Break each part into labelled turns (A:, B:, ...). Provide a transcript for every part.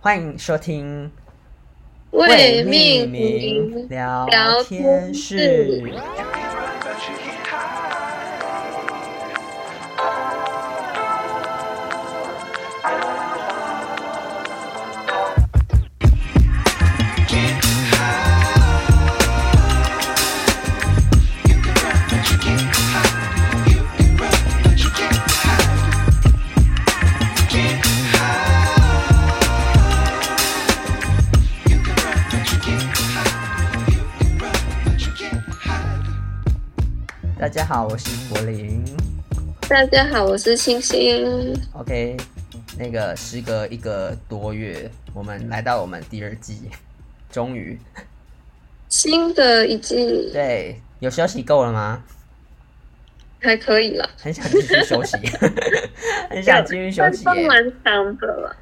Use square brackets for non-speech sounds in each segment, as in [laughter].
A: 欢迎收听
B: 为
A: 命
B: 命名
A: 聊
B: 聊
A: 天
B: 天
A: 室。大家好，我是柏林。
B: 大家好，我是星星。
A: OK，那个时隔一个多月，我们来到我们第二季，终于
B: 新的一季
A: 对有休息够了吗？
B: 还可以了，
A: 很想继续休
B: [laughs]
A: 息，很想继续休息
B: 但都
A: 耶。
B: 蛮长的了。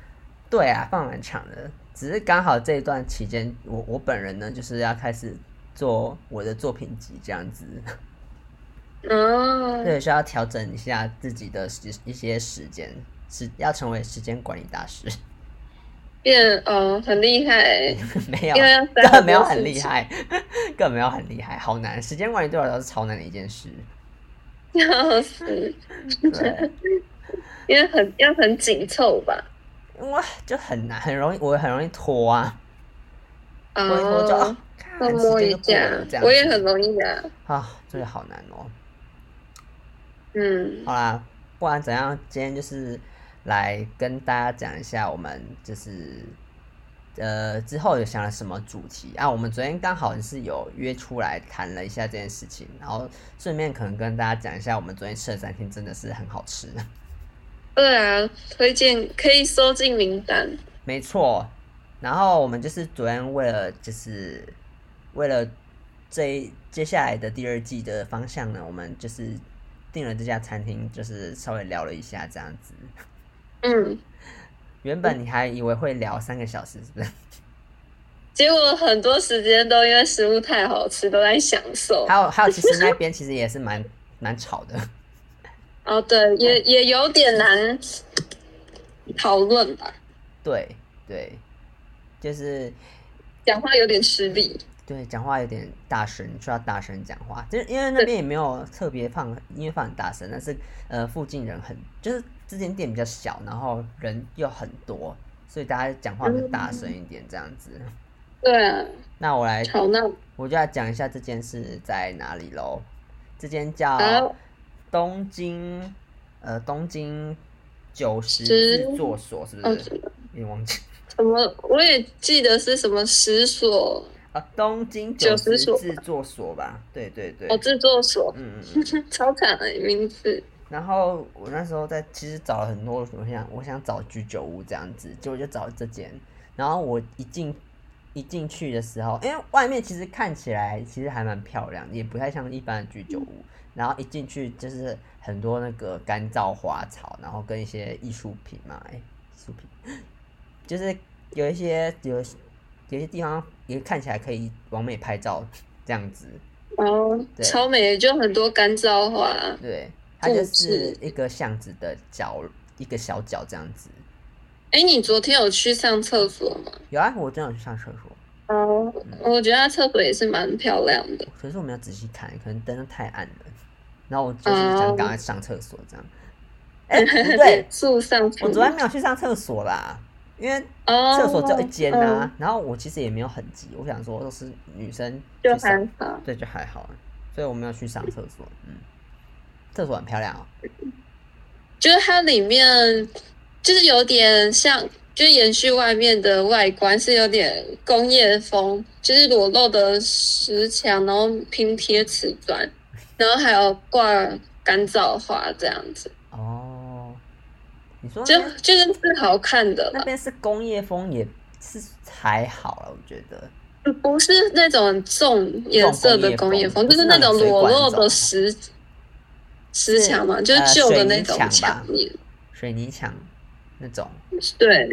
A: 对啊，放蛮长的，只是刚好这一段期间，我我本人呢就是要开始做我的作品集这样子。
B: 哦，
A: 对，需要调整一下自己的时一些时间，是要成为时间管理大师。 [laughs]
B: 变哦，很厉害。
A: 没有，
B: 因为要塞
A: 根本
B: 很
A: 没有
B: 多
A: 很
B: 事
A: 厉
B: 情
A: 害，根本没有很厉害，好难。时间管理对我来说是超难的一件
B: [laughs]
A: 事。
B: 要死，
A: 对，
B: 因为很要很紧凑吧。
A: 哇，就很难，很容易，我很容易拖啊，拖一拖就
B: 哦
A: 啊，，
B: 要
A: 看
B: 摸
A: 时
B: 一
A: 间就过
B: 下嗯
A: 了这，样
B: 我也
A: 子
B: 很容易啊。
A: 啊，这个好难哦。
B: 嗯，
A: 好啦，不管怎样，今天就是来跟大家讲一下我们就是呃之后有想了什么主题啊。我们昨天刚好是有约出来谈了一下这件事情，然后顺便可能跟大家讲一下，我们昨天吃的餐厅真的是很好吃。 [laughs]
B: 对啊，推荐可以收进名单。
A: 没错，然后我们就是昨天为了就是为了这一接下来的第二季的方向呢，我们就是订了这家餐厅，就是稍微聊了一下这样子。
B: 嗯，
A: 原本你还以为会聊三个小时，是不 [laughs] 是？
B: 结果很多时间都因为食物太好吃，都在享受
A: 还。有还有，其实那边其实也是蛮蛮吵的， [laughs]
B: 哦，对，也也有点难讨论吧，
A: 对对，就是
B: 讲话有点吃力。
A: 对讲话有点大声，需要大声讲话，就是因为那边也没有特别放音乐放很大声，但是呃附近人很就是这间店比较小，然后人又很多，所以大家讲话就大声一点这样子。
B: 对
A: 哎
B: 啊，
A: 那我来
B: 吵闹。
A: 我就要讲一下这件事在哪里喽。这间叫
B: 好
A: 东京，呃，东京九十
B: 十
A: 制作所，是不
B: 哦，
A: 是？你忘记
B: 什么？我也记得是什么十所
A: 啊？东京九
B: 九
A: 十
B: 十所
A: 制作所吧？对对对，
B: 哦，制作所，
A: 嗯嗯嗯。
B: 超惨的名字。
A: 然后我那时候在其实找了很多，我想我想找居酒屋这样子，结果就找了这间。然后我一进一进去的时候，因为外面其实看起来其实还蛮漂亮，也不太像一般的居酒屋。然后一进去就是很多那个干燥花草，然后跟一些艺术品嘛，哎，艺术品就是有一些有有些地方也看起来可以完美拍照这样子。
B: 哦，
A: 对
B: 超美，就很多干燥花。
A: 对，它就
B: 就是是
A: 一个巷子的角，一个小角这样子。
B: 哎，你昨天有去上厕所吗？
A: 有啊，我真的有去上厕所，
B: 哦，
A: 嗯
B: 我觉得它厕所也是蛮漂亮的。，
A: 可是我没有仔细看，可能灯太暗了，然后我就是想赶快上厕所这样。哎、不对
B: [laughs] 树上去
A: 我昨天没有去上厕所啦，因为
B: 哦，
A: 厕所只有一间啊。
B: 嗯，
A: 然后我其实也没有很急，我想说都是女生去
B: 就
A: 上
B: 还，好。
A: 对，就还好，所以我没有去上厕所。嗯，厕所很漂亮哦。
B: 就是它里面就是有点像，就是延续外面的外观，是有点工业风，就是裸露的石墙，然后拼贴瓷砖，然后还有挂干燥花这样子，
A: 哦，你说
B: 就
A: 那边
B: 就是是好看的
A: 哦那
B: 啦，
A: 边是工业风，也是还好了，我觉得。
B: 不是那种很重颜色的工业风，
A: 不
B: 就是是
A: 那
B: 那
A: 种
B: 种
A: 水管
B: 裸
A: 那种
B: 露的石石墙嘛，就是
A: 呃
B: 旧
A: 水
B: 的
A: 泥
B: 那种
A: 墙吧
B: 墙面，
A: 水泥墙那种。
B: 对，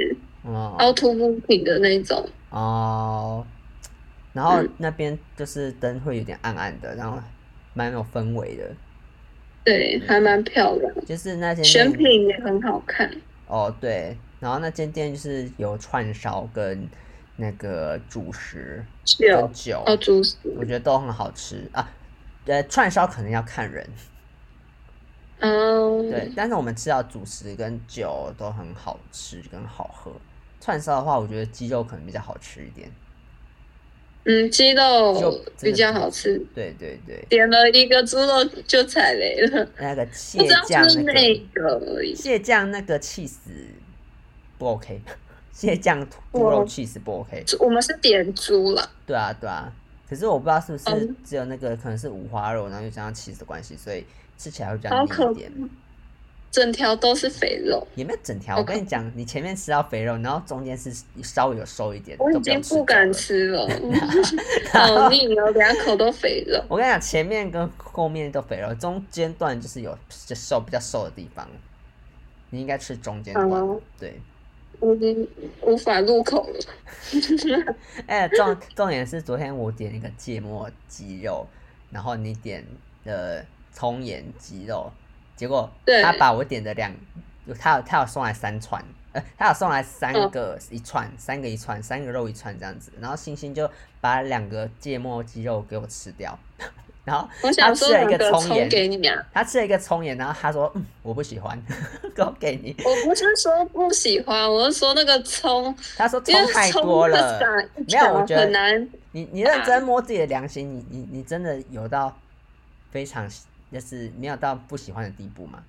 B: 凹
A: 哦
B: 凸不平的那种。
A: 哦，然后
B: 嗯
A: 那边就是灯会有点暗暗的，然后蛮有氛围的，嗯
B: 对，还蛮漂亮，
A: 就是那些
B: 选品也很好看。
A: 哦，对，然后那间店就是有串烧跟那个主食
B: 酒
A: 跟酒，
B: 哦，主食
A: 我觉得都很好吃啊。呃，串烧可能要看人，
B: 嗯，
A: 对，，但是我们吃到主食跟酒都很好吃跟好喝。串烧的话，我觉得鸡肉可能比较好吃一点。
B: 嗯，鸡
A: 就
B: 肉
A: 真的
B: 比较好吃。
A: 对对对，
B: 点了一个猪肉就踩雷了，
A: 那个
B: 不
A: 蟹
B: 知道
A: 酱
B: 吃
A: 那
B: 哪
A: 个
B: 个而已。
A: 蟹酱那个 cheese 不 OK，蟹 [laughs] 酱猪肉
B: 我
A: cheese 不 OK。
B: 我们是点猪啦，
A: 对啊，对啊。可是我不知道是不是
B: 嗯
A: 只有那个可能是五花肉，然后又加上 cheese 的关系，所以吃起来会比较
B: 好
A: 腻
B: 可
A: 一
B: 怕
A: 点。，
B: 整条都是肥肉，
A: 也没有整条，
B: 好
A: 我跟你讲，你前面吃到肥肉，然后中间是稍微有瘦一点，
B: 我
A: 都
B: 已
A: 不
B: 经
A: 用
B: 不
A: 久
B: 敢
A: 了。
B: 吃
A: [laughs]
B: 了，好腻哦，两口都肥肉。
A: 我跟你讲，前面跟后面都肥肉，中间段就是有就瘦比较瘦的地方，你应该吃中间段。
B: 哦
A: 对，
B: 我已经无法入口了。
A: 哎，重重点是昨天我点一个芥末鸡肉，然后你点的葱盐鸡肉，结果
B: 对
A: 他把我点的两，他有他有送来三串，呃，他有送来三
B: 嗯
A: 个一串，三个一串，三个肉一串这样子，然后星星就把两个芥末鸡肉给我吃掉， [laughs] 然后
B: 我
A: 他
B: 想
A: 吃
B: 说
A: 了
B: 拿
A: 一个
B: 个
A: 葱
B: 葱
A: 盐，
B: 给你啊，
A: 他吃了一个葱盐，然后他说嗯我不喜欢， [laughs] 都给你，
B: 我不是说不喜欢，我是说那个葱，
A: 他说
B: 因
A: 葱
B: 为
A: 太
B: 葱
A: 多
B: 会
A: 了。
B: 散一
A: 没有我
B: 条
A: 觉得
B: 很难。
A: 你你认真摸自己的良心，你你你真的有到非常就是没有到不喜欢的地步吗？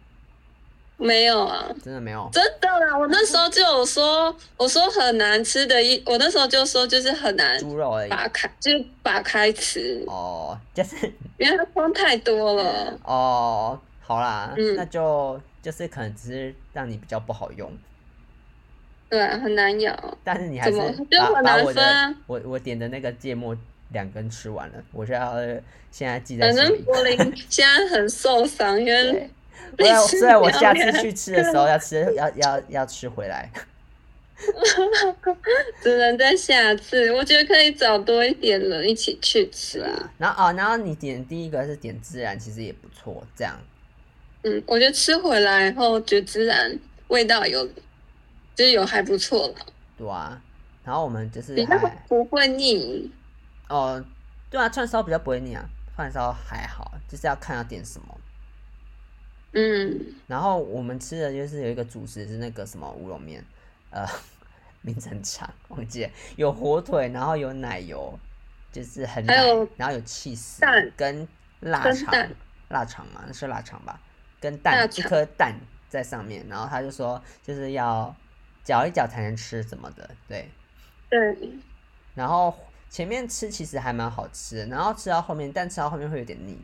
B: 没有啊，
A: 真的没有。
B: 真的啦，我那时候就有说，我说很难吃的一，我那时候就说就是很难
A: 猪肉而已
B: 拔开，就是拔开吃，
A: 哦，就是
B: 因为它葱太多了。
A: 哦，好啦，
B: 嗯
A: 那就就是可能只是让你比较不好用，
B: 对啊，很难咬。
A: 但是你还是
B: 怎么就
A: 把
B: 很
A: 把
B: 难
A: 我
B: 分
A: 的
B: 啊
A: 我我点的那个芥末两根吃完了，我就要现在记在
B: 反
A: 心
B: 正
A: 里。
B: 柏林现在很受伤，因为
A: 对， [laughs] 我
B: [laughs]
A: 要
B: 吃
A: 所以我
B: 不了
A: 下
B: 两
A: 次去吃的时候要吃
B: [laughs]
A: 要要要吃回来。
B: 只能在下次。我觉得可以找多一点人一起去吃
A: [laughs] 对啊，然后哦，然后你点第一个是点孜然，其实也不错，这样。
B: 嗯，我觉得吃回来后，觉得孜然味道有，就是有还不错了，
A: 对啊，然后我们就是
B: 比较
A: 还
B: 不会腻。
A: 哦，对啊，串烧比较不会腻啊，串烧还好，就是要看要点什么。
B: 嗯，
A: 然后我们吃的就是有一个主食是那个什么乌龙面，呃， [laughs] 名称长忘记了，有火腿，然后有奶油，就是很
B: 还
A: 奶
B: 有，
A: 然后有 cheese
B: 蛋
A: 跟腊
B: 跟
A: 肠
B: 蛋，
A: 腊肠嘛，那是腊肠吧？跟
B: 腊
A: 蛋一
B: 肠
A: 颗蛋在上面，然后他就说就是要搅一搅才能吃什么的，对，
B: 对，
A: 然后前面吃其实还蛮好吃的，然后吃到后面，但吃到后面会有点腻。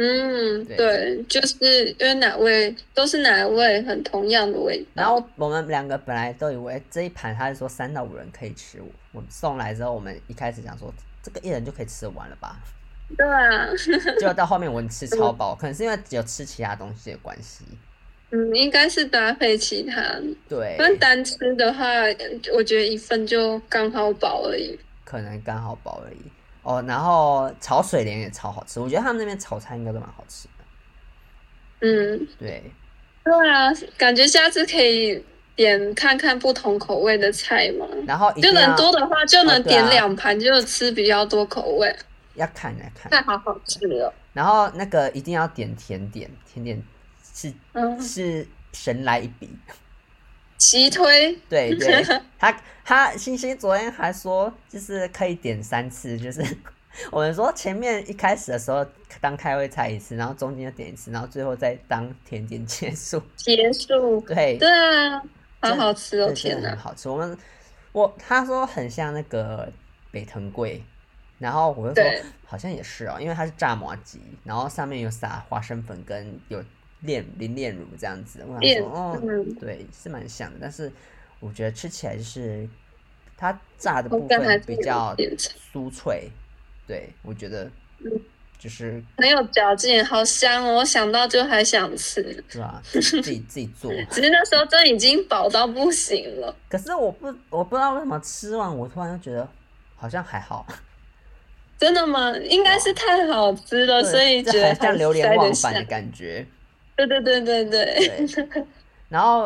B: 嗯，
A: 对
B: 对，就是因为奶味都是奶味，很同样的味
A: 然
B: 道。
A: 后我们两个本来都以为这一盘他是说三到五人可以吃，我我们送来之后，我们一开始想说这个一人就可以吃完了
B: [laughs]
A: 吧，
B: 对啊， [laughs]
A: 结果到后面我们吃超饱，可能是因为有吃其他东西的关系。
B: 嗯，应该是搭配其他。
A: 对，
B: 但单吃的话，我觉得一份就刚好饱而已。
A: 可能刚好饱而已。哦，然后炒水莲也超好吃，我觉得他们那边炒菜应该都蛮好吃的。
B: 嗯，
A: 对，
B: 对啊，感觉下次可以点看看不同口味的菜嘛。
A: 然后一
B: 就
A: 定
B: 能
A: 要
B: 多的话就能
A: 哦
B: 点
A: 对啊
B: 两盘，就吃比较多口味，
A: 要看要看，
B: 太好好吃了。
A: 然后那个一定要点甜点，甜点是
B: 嗯，
A: 是神来一笔。
B: 急推，
A: 对对，他他星星昨天还说，就是可以点三次，就是我们说前面一开始的时候当开胃菜一次，然后中间又点一次，然后最后再当甜点结束。
B: 结束。
A: 对，
B: 对啊，
A: 这
B: 好好吃哦！
A: 这真
B: 天
A: 的很
B: 哪，
A: 好吃。我们我他说很像那个北藤贵，然后我就说
B: 对
A: 好像也是哦，因为它是炸麻鸡，然后上面有撒花生粉跟有炼淋炼乳这样子。我想
B: 炼
A: 说哦，
B: 嗯
A: 对，是蛮像的，但是我觉得吃起来就是它炸的
B: 口
A: 部
B: 感还
A: 分
B: 是
A: 比
B: 有
A: 较
B: 点差
A: 酥脆，对我觉得
B: 嗯
A: 就是
B: 很有嚼劲，好香哦！我想到就还想吃，
A: 是
B: [laughs]
A: 吧，自己自己自己做。
B: 只是那时候真的已经饱到不行了。
A: 可是我不我不知道为什么吃完我突然就觉得好像还好。
B: 真的吗？应该是太好吃
A: 对
B: 了，呃所以
A: 就
B: 觉得
A: 很像
B: 还
A: 流连
B: 塞得 [laughs]
A: 忘返
B: 下
A: 的感觉。
B: 对对对对对，
A: 对，然后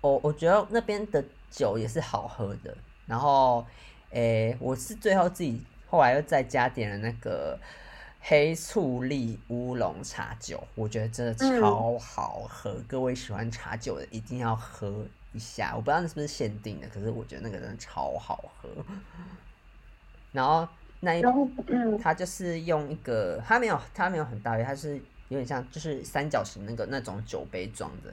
A: 我我觉得那边的酒也是好喝的。然后，诶、我是最后自己后来又再加点了那个黑醋栗乌龙茶酒，我觉得真的
B: 嗯
A: 超好喝。各位喜欢茶酒的一定要喝一下，我不知道那是不是限定的，可是我觉得那个真的超好喝。 [laughs] 然后那一
B: 然后嗯
A: 它就是用一个，它没有它没有很大杯，它是有点像就是三角形那个那种酒杯装的，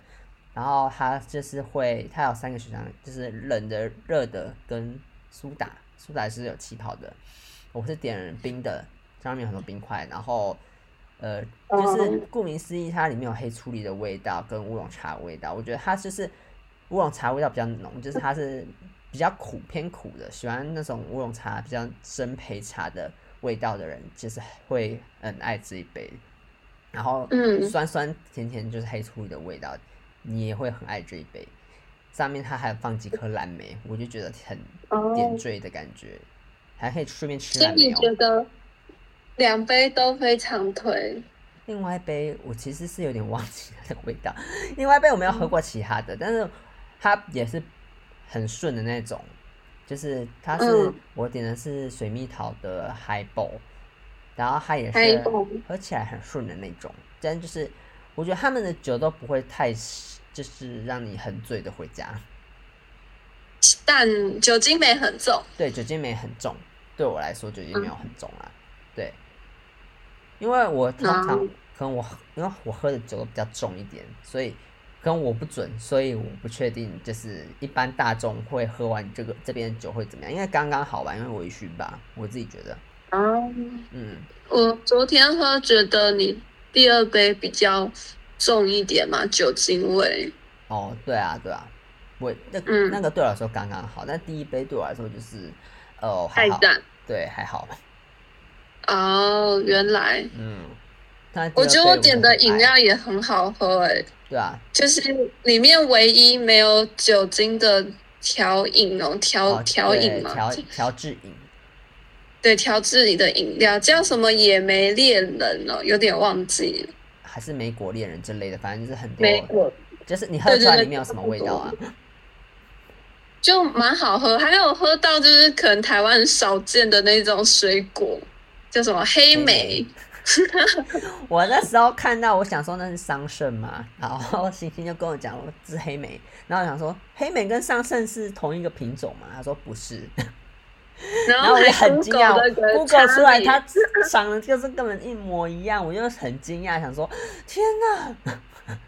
A: 然后它就是会它有三个选项，就是冷的、热的跟苏打，苏打是有气泡的，我是点冰的，上面有很多冰块，然后。呃，就是
B: 嗯
A: 顾名思义，它里面有黑醋栗的味道跟乌龙茶的味道。我觉得它就是乌龙茶味道比较浓，就是它是比较苦偏苦的，喜欢那种乌龙茶比较生焙茶的味道的人，就是会很爱这一杯。然后，
B: 嗯
A: 酸酸甜甜就是黑醋栗的味道，你也会很爱这一杯。上面它还放几颗蓝莓，我就觉得很点
B: 哦，
A: 缀的感觉，还可以顺便吃
B: 所
A: 蓝
B: 以
A: 莓
B: 你
A: 哦。
B: 觉得两杯都非常推，
A: 另外一杯我其实是有点忘记它的味道， [laughs] 另外一杯我没有喝过其他的，但是它也是很顺的那种，就是它是、
B: 嗯
A: 我点的是水蜜桃的 high ball，然后它也是
B: Highball
A: 喝起来很顺的那种，但就是我觉得他们的酒都不会太就是让你很醉的回家，
B: 但酒精没很重。
A: 对，酒精没很重，对我来说酒精没有很重啊，对，因为我通常
B: 嗯
A: 可能我喝因为我喝的酒都比较重一点，所以跟我不准，所以我不确定就是一般大众会喝完这个这边的酒会怎么样，因为刚刚好吧，因为微醺吧，我自己觉得，
B: 哦，
A: 嗯，
B: 我昨天喝觉得你第二杯比较重一点嘛，酒精味。
A: 哦，对啊，对啊，我那、
B: 嗯
A: 那个对我来说刚刚好，但第一杯对我来说就是，哦，还
B: 太
A: 好，
B: 淡
A: 对，还好，
B: 哦，原来
A: 嗯，但第
B: 我
A: 二
B: 觉得
A: 杯
B: 我
A: 就
B: 点
A: 很
B: 的饮
A: 爱，
B: 料也很好喝诶、
A: 对啊，
B: 就是里面唯一没有酒精的调饮哦，调
A: 哦
B: 调
A: 对
B: 饮嘛
A: 调，调制饮。
B: 对，调制你的饮料叫什么野莓猎人哦，有点忘记了。
A: 还是美国猎人之类的，反正就是很
B: 没
A: 多，
B: 我
A: 就是你喝出来
B: 对对对
A: 里面有什么味道啊？
B: 就蛮好喝，还有喝到就是可能台湾很少见的那种水果，叫什么黑莓。 [laughs]
A: 我那时候看到，我想说那是桑葚嘛，然后星星就跟我讲我是黑莓，然后我想说黑莓跟桑葚是同一个品种嘛？他说不是，
B: 然
A: 然后
B: 后
A: 我
B: 还
A: 就很惊讶
B: Google 那个
A: ，Google
B: 差
A: 出来
B: 别
A: 它长得就是根本一模一样，我就很惊讶，想说天哪，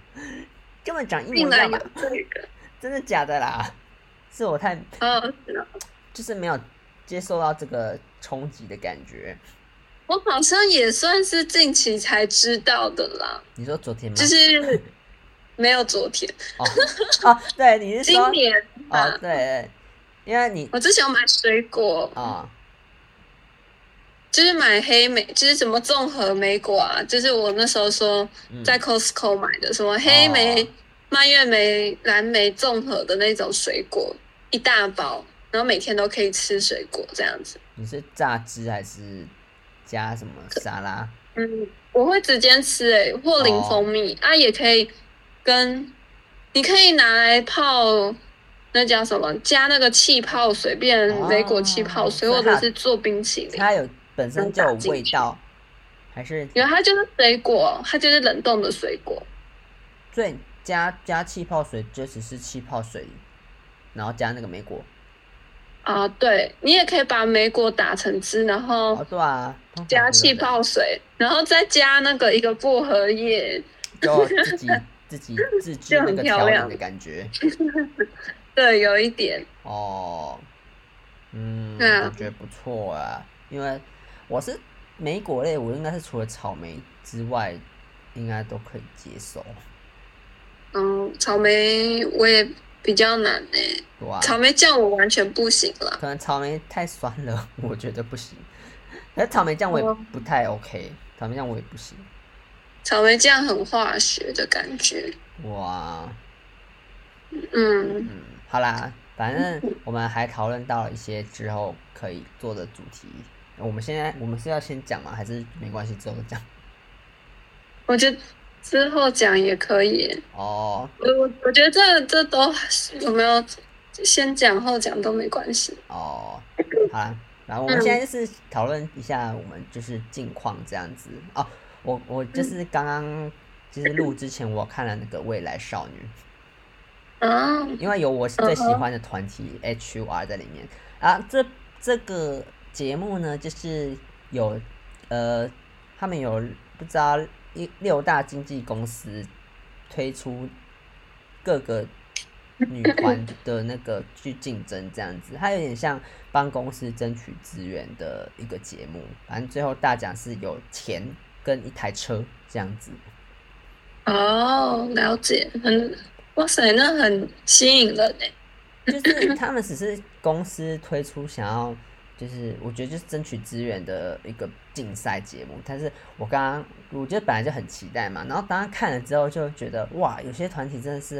A: [laughs] 根本长一模
B: 竟
A: 一样
B: 然
A: 吧
B: 有？这个，
A: 真的假的啦？是我太
B: 哦，是啊
A: 就是没有接受到这个冲击的感觉。
B: 我好像也算是近期才知道的啦，
A: 你说昨天吗？
B: 就是没有昨天，
A: 哦哦，对，你是
B: 今
A: 说
B: 年吧。
A: 哦，对，因为你
B: 我之前有买水果，
A: 啊、
B: 就是买黑莓，就是什么综合莓果啊，就是我那时候说
A: 嗯
B: 在 Costco 买的，什么黑莓、
A: 哦
B: 蔓越莓、蓝莓综合的那种水果，一大包，然后每天都可以吃水果这样子。
A: 你是榨汁还是加什么沙拉？
B: 嗯，我会直接吃诶、或淋蜂蜜、啊，也可以跟，你可以拿来泡，那叫什么？加那个气泡水，变成莓果气泡水，
A: 哦
B: 或哦者是做冰淇淋。
A: 它有本身就有味道，还是
B: 然后它就是水果，它就是冷冻的水果。
A: 最加加气泡水就只是气泡水，然后加那个莓果？
B: 啊，对，你也可以把莓果打成汁，然
A: 哦，
B: 后
A: 对啊，通常
B: 加
A: 是这
B: 气
A: 样
B: 泡水，然后再加那个一个薄荷叶。
A: 就自己自
B: [laughs]
A: 己自制
B: 就很
A: 那个
B: 漂
A: 调饮
B: 亮
A: 的感觉。
B: 对，有一点，
A: 哦，嗯，
B: 对啊
A: 感觉不错啊，因为我是莓果类，我应该是除了草莓之外，应该都可以接受，
B: 嗯，草莓我也比较难诶、
A: 对吧、
B: 草莓酱我完全不行了。
A: 可能草莓太酸了，我觉得不行。可是草莓酱我也
B: 嗯
A: 不太 OK，草莓酱我也不行。
B: 草莓酱很化学的感觉，
A: 哇，
B: 嗯，
A: 嗯，好啦，反正我们还讨论到了一些之后可以做的主题。我们现在我们是要先讲吗？还是没关系之后再讲？
B: 我觉得之后讲也可以。
A: 哦
B: 我我我觉得这这都有没有先讲后讲都没关系。
A: 哦，好啦，然后我们现在就是讨论一下我们就是近况这样子哦。我我就是刚刚就是录之前，我看了那个《未来少女》，
B: 啊，
A: 因为有我最喜欢的团体 H U R 在里面啊。这这个节目呢，就是有呃，他们有不知道一六大经纪公司推出各个女团的那个去竞争，这样子，它有点像帮公司争取资源的一个节目。反正最后大奖是有钱跟一台车这样子。
B: 哦，了解，很哇塞，那很吸引人欸诶。
A: 就是他们只是公司推出想要，就是我觉得就是争取资源的一个竞赛节目。但是我刚刚我觉得本来就很期待嘛，然后当他看了之后就觉得哇，有些团体真的是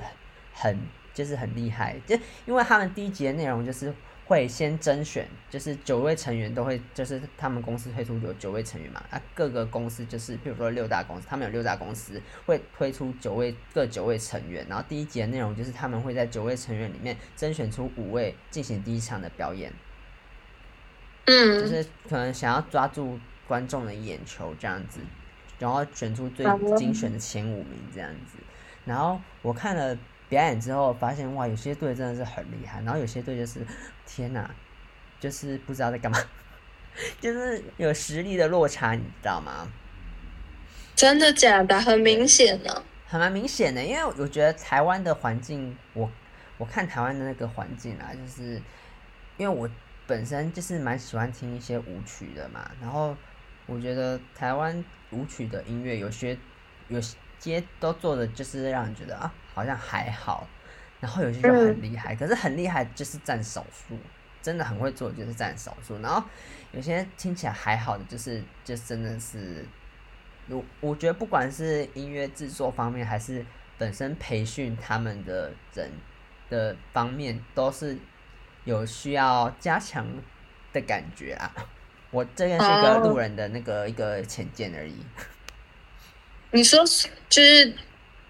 A: 很就是很厉害，就因为他们第一集的内容就是会先甄选，就是九位成员都会，就是他们公司推出有九位成员嘛，啊，各个公司就是比如说六大公司，他们有六大公司会推出九位各九位成员，然后第一集的内容就是他们会在九位成员里面甄选出五位进行第一场的表演，就
B: 嗯，
A: 是可能想要抓住观众的眼球这样子，然后选出最
B: 好哦
A: 精选的前五名这样子。然后我看了表演之后，发现哇，有些队真的是很厉害，然后有些队就是天哪，就是不知道在干嘛， [laughs] 就是有实力的落差，你知道吗？
B: 真的假的？很明显呢、
A: 还蛮明显的，因为我觉得台湾的环境，我我看台湾的那个环境啊，就是因为我本身就是蛮喜欢听一些舞曲的嘛，然后我觉得台湾舞曲的音乐有些有些都做的就是让人觉得啊好像还好，然后有些就很厉害，可是很厉害就是占少数，真的很会做的就是占少数，然后有些听起来还好的就是就真的是我我觉得不管是音乐制作方面，还是本身培训他们的人的方面，都是有需要加强的感觉啊。 [laughs] 我这个是一个
B: 哦
A: 路人的那个一个浅见而已。
B: 你说是就是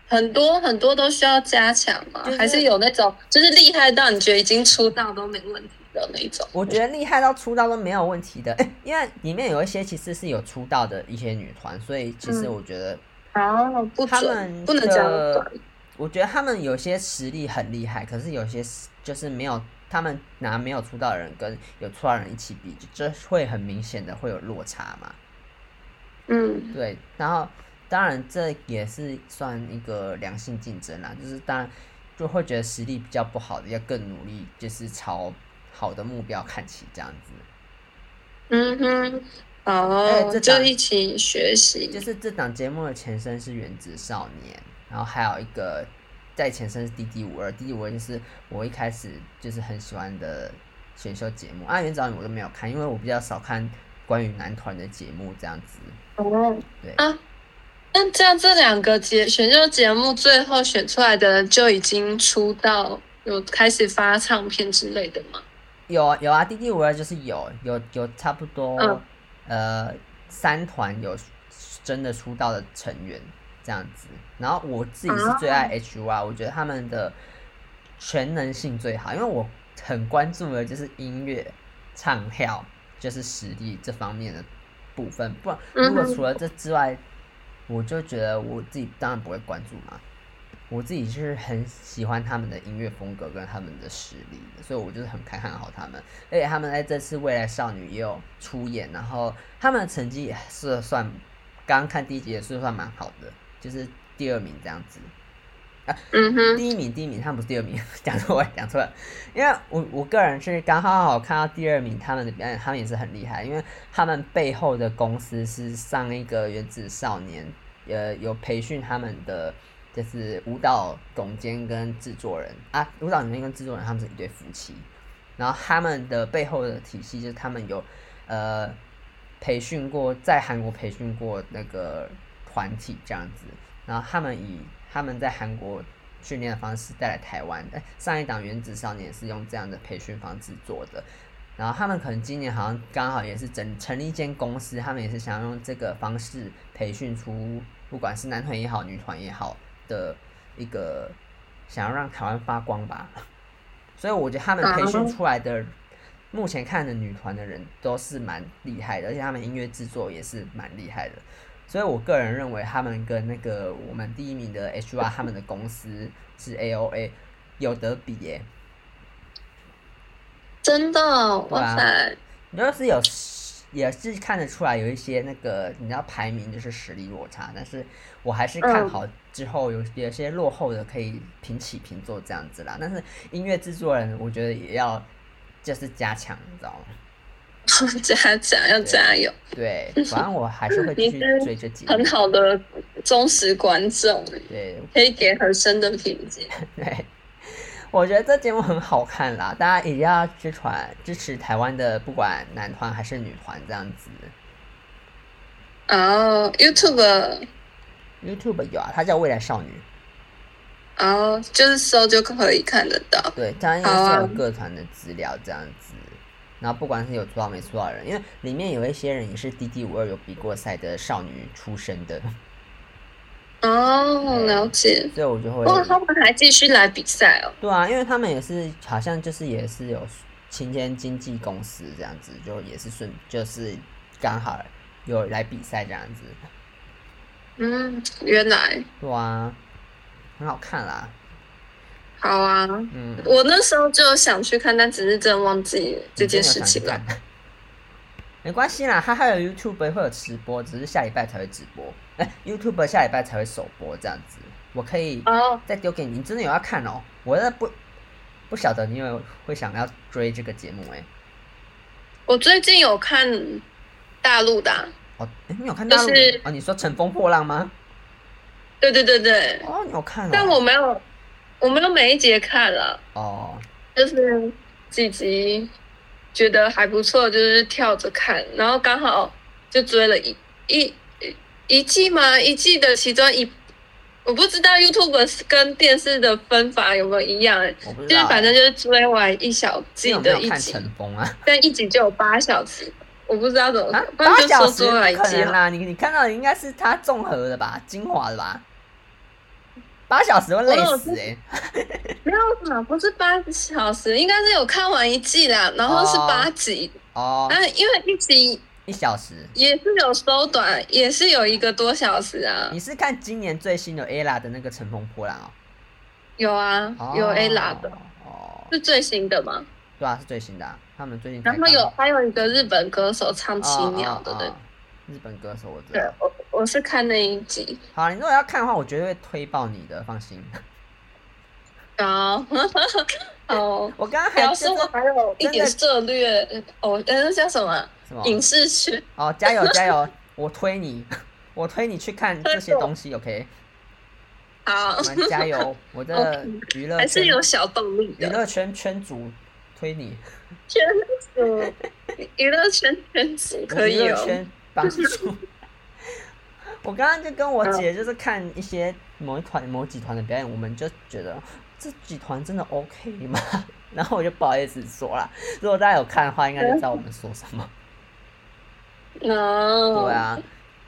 B: 很多很多都需要加强吗？
A: 就是
B: 还是有那种就是厉害到你觉得已经出道都没问题的那种？
A: 我觉得厉害到出道都没有问题的， [laughs] 哎、因为里面有一些其实是有出道的一些女团，所以其实
B: 嗯
A: 我觉得
B: 哦，不
A: 他们
B: 准，不能讲
A: 的我觉得他们有些实力很厉害，可是有些实就是没有，他们拿没有出道的人跟有出道的人一起比，就这会很明显的会有落差嘛。
B: 嗯
A: 对，然后当然这也是算一个良性竞争啦，就是当然就会觉得实力比较不好的要更努力，就是朝好的目标看齐这样子。
B: 嗯哼，
A: 哎
B: 哦，
A: 这
B: 就
A: 档
B: 一起学习，
A: 就是这档节目的前身是《原子少年》，然后还有一个在前身是《D D 五二》，《D D 五二》就是我一开始就是很喜欢的选秀节目啊，《原子少年》我都没有看，因为我比较少看关于男团的节目这样子。
B: 哦
A: 对
B: 啊。那这样，这两个节选秀节目最后选出来的人就已经出道，有开始发唱片之类的吗？
A: 有啊有啊，《D D 五二》就是有有有差不多、
B: 嗯
A: 呃三团有真的出道的成员这样子，然后我自己是最
B: 啊
A: 爱 H U R，、我觉得他们的全能性最好，因为我很关注的就是音乐、唱跳，就是实力这方面的部分。不然，如果
B: 嗯哼
A: 除了这之外，我就觉得我自己当然不会关注嘛。我自己是很喜欢他们的音乐风格跟他们的实力的，所以我就是很看看好他们。而且他们在这次《未来少女》也有出演，然后他们的成绩也是算，刚刚看第一集也是算蛮好的，就是第二名这样子。
B: 嗯哼，
A: 第一名，第一名，他们不是第二名，讲错了，讲错了。因为我我个人是刚好好看到第二名他们的表演，他们也是很厉害，因为他们背后的公司是上一个原子少年，呃，有培训他们的就是舞蹈总监跟制作人啊，舞蹈总监跟制作人他们是一对夫妻，然后他们的背后的体系就是他们有呃培训过，在韩国培训过那个团体这样子，然后他们以他们在韩国训练的方式带来台湾。哎，上一档《原子少年》是用这样的培训方式做的，然后他们可能今年好像刚好也是整成立一间公司，他们也是想要用这个方式培训出，不管是男团也好，女团也好的一个想要让台湾发光吧。 [laughs] 所以我觉得他们培训出来的，目前看的女团的人都是蛮厉害的，而且他们音乐制作也是蛮厉害的。所以我个人认为，他们跟那个我们第一名的 HR 他们的公司是 AOA 有得比耶、
B: 真的哦，
A: 对啊
B: 哇塞！ [laughs]
A: 你就是有也是看得出来有一些那个你知道排名就是实力落差，但是我还是看好之后有有些落后的可以平起平坐这样子啦。但是音乐制作人我觉得也要就是加强，你知道吗？
B: 加加要加油，
A: 对，反正我还是会继续追这几
B: 很
A: 名。
B: 好的忠实观众，
A: 对
B: 可以给很深的评价。
A: 对，我觉得这节目很好看啦，大家一定要支持支持台湾的，不管男团还是女团这样子。
B: 哦、YouTube，
A: YouTube 有啊，它叫未来少女。
B: 哦、就是搜就可以看得到。
A: 对，它应该
B: 好
A: 是
B: 啊
A: 有各团的资料这样子。然后不管是有出道没出道的人，因为里面有一些人也是 DD 五二有比过赛的少女出身的， [laughs]
B: 哦、了解。
A: 所以我就会
B: 哇，哦他们还继续来比赛哦。
A: 对啊，因为他们也是好像就是也是有亲间经纪公司这样子，就也是顺就是刚好有来比赛这样子，
B: 嗯，原来
A: 对啊，很好看啦，
B: 好啊。
A: 嗯，
B: 我那时候就有想去看，但只是真的忘记这件事情
A: 你真的
B: 啊了。
A: 有想去看。 [laughs] 没关系啦，它还有 YouTube 会有直播，只是下礼拜才会直播。哎、y o u t u b e 下礼拜才会首播这样子，我可以
B: 哦，
A: 再丢给你。你真的有要看哦？我那不不晓得你有会想要追这个节目哎、
B: 我最近有看大陆的啊、
A: 哦，哎你有看大陆的、
B: 就是
A: 哦？你说《乘风破浪》吗？
B: 对对对对，
A: 哦，你有看哦。
B: 但我没有，我没有每一节看了，
A: 哦，
B: 就是几集觉得还不错，就是跳着看，然后刚好就追了一一一季嘛，一季的其中一，我不知道 YouTube 跟电视的分法有没有一样，
A: 我不知道欸。
B: 就是反正就是追完一小
A: 你
B: 季
A: 有没
B: 的
A: 有
B: 一
A: 看《
B: 集，
A: 乘风》啊？
B: 但一集就有八小时，我不知道怎么
A: 啊
B: 看，，不然
A: 八
B: 就
A: 小
B: 说
A: 时
B: 追完一
A: 不可
B: 集啊
A: 能
B: 好了。
A: 啦！你你看到的应该是它综合的吧，精华的吧？八小时会累
B: 我有
A: 死哎、欸！
B: 没有啦，不是八小时，应该是有看完一季啦，然后是
A: 哦
B: 八集，
A: 哦，
B: 但因为一集
A: 一小时。
B: 也是有缩短，也是有一个多小时啊
A: 你。是看今年最新的 Ella 的那个《乘风破浪》哦？
B: 有啊
A: 哦，
B: 有 A 拉的，
A: 哦，
B: 是最新的嘛？
A: 对啊，是最新的、啊，他们最近才
B: 然后
A: 刚
B: 有还有一个日本歌手唱《
A: 哦
B: 奇妙》的
A: 哦
B: 那
A: 哦日本歌手，我知
B: 对
A: 道。
B: 我我是看那一集，
A: 好，你如果要看的话，我绝对会推爆你的，放心。
B: 然 [laughs] 后哦，
A: 我刚刚还
B: 表
A: 就是
B: 示我还有一
A: 真的
B: 点涉略哦，呃，那叫什么啊
A: 什么？
B: 影视学？
A: 哦，加油加油！我推你，我推你去看这些东西，OK？
B: 好
A: 我，们加油！我
B: [laughs]
A: 的娱乐
B: 哦还
A: 圈
B: 是有小动力
A: 娱
B: 的。
A: 乐圈圈主推你，
B: 圈子，娱乐圈圈子可
A: 我
B: 以
A: 娱乐
B: [laughs] 哦。
A: 圈帮助。 [laughs] 我刚刚就跟我姐
B: 嗯
A: 就是看一些某一团某几团的表演，我们就觉得这几团真的 OK 吗？ [laughs] 然后我就不好意思说啦，如果大家有看的话，应该就知道我们说什么。
B: 哦，
A: 对啊，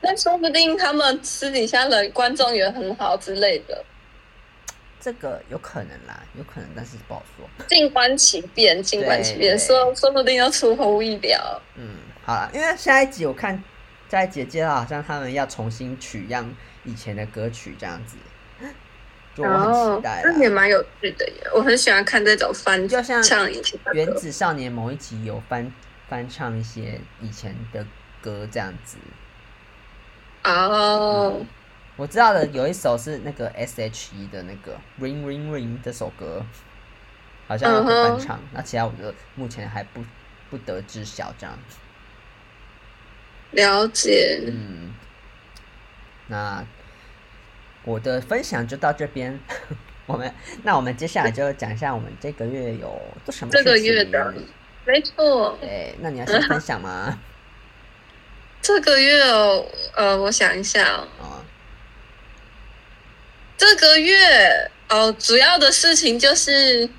B: 那说不定他们私底下的观众也很好之类的，
A: 这个有可能啦，有可能，但是不好说。
B: 静观其变，静观其变，
A: 对
B: 说说不定要出乎意料。
A: 嗯，好了，因为下一集我看下一集介绍好像他们要重新取样以前的歌曲这样子，就我很期待啦。
B: 哦那也蛮有趣的耶，我很喜欢看这种翻
A: 就像
B: 唱以前的
A: 原
B: 歌。
A: 子少年某一集有翻翻唱一些以前的歌这样子。
B: 哦，
A: 嗯我知道的有一首是那个 S.H.E 的那个《Ring Ring Ring》这首歌，好像有
B: 嗯哼
A: 翻唱。那、其他我就目前还不不得知晓这样子。
B: 了解。
A: 嗯，那我的分享就到这边。 [laughs] 我们那我们接下来就讲一下我们这个月有做什么事
B: 这
A: 情。
B: 个月的，没错，
A: 对，那你要先分享
B: [laughs]
A: 吗？
B: 这个月哦，呃，我想一下哦，
A: 哦，
B: 这个月哦，主要的事情就是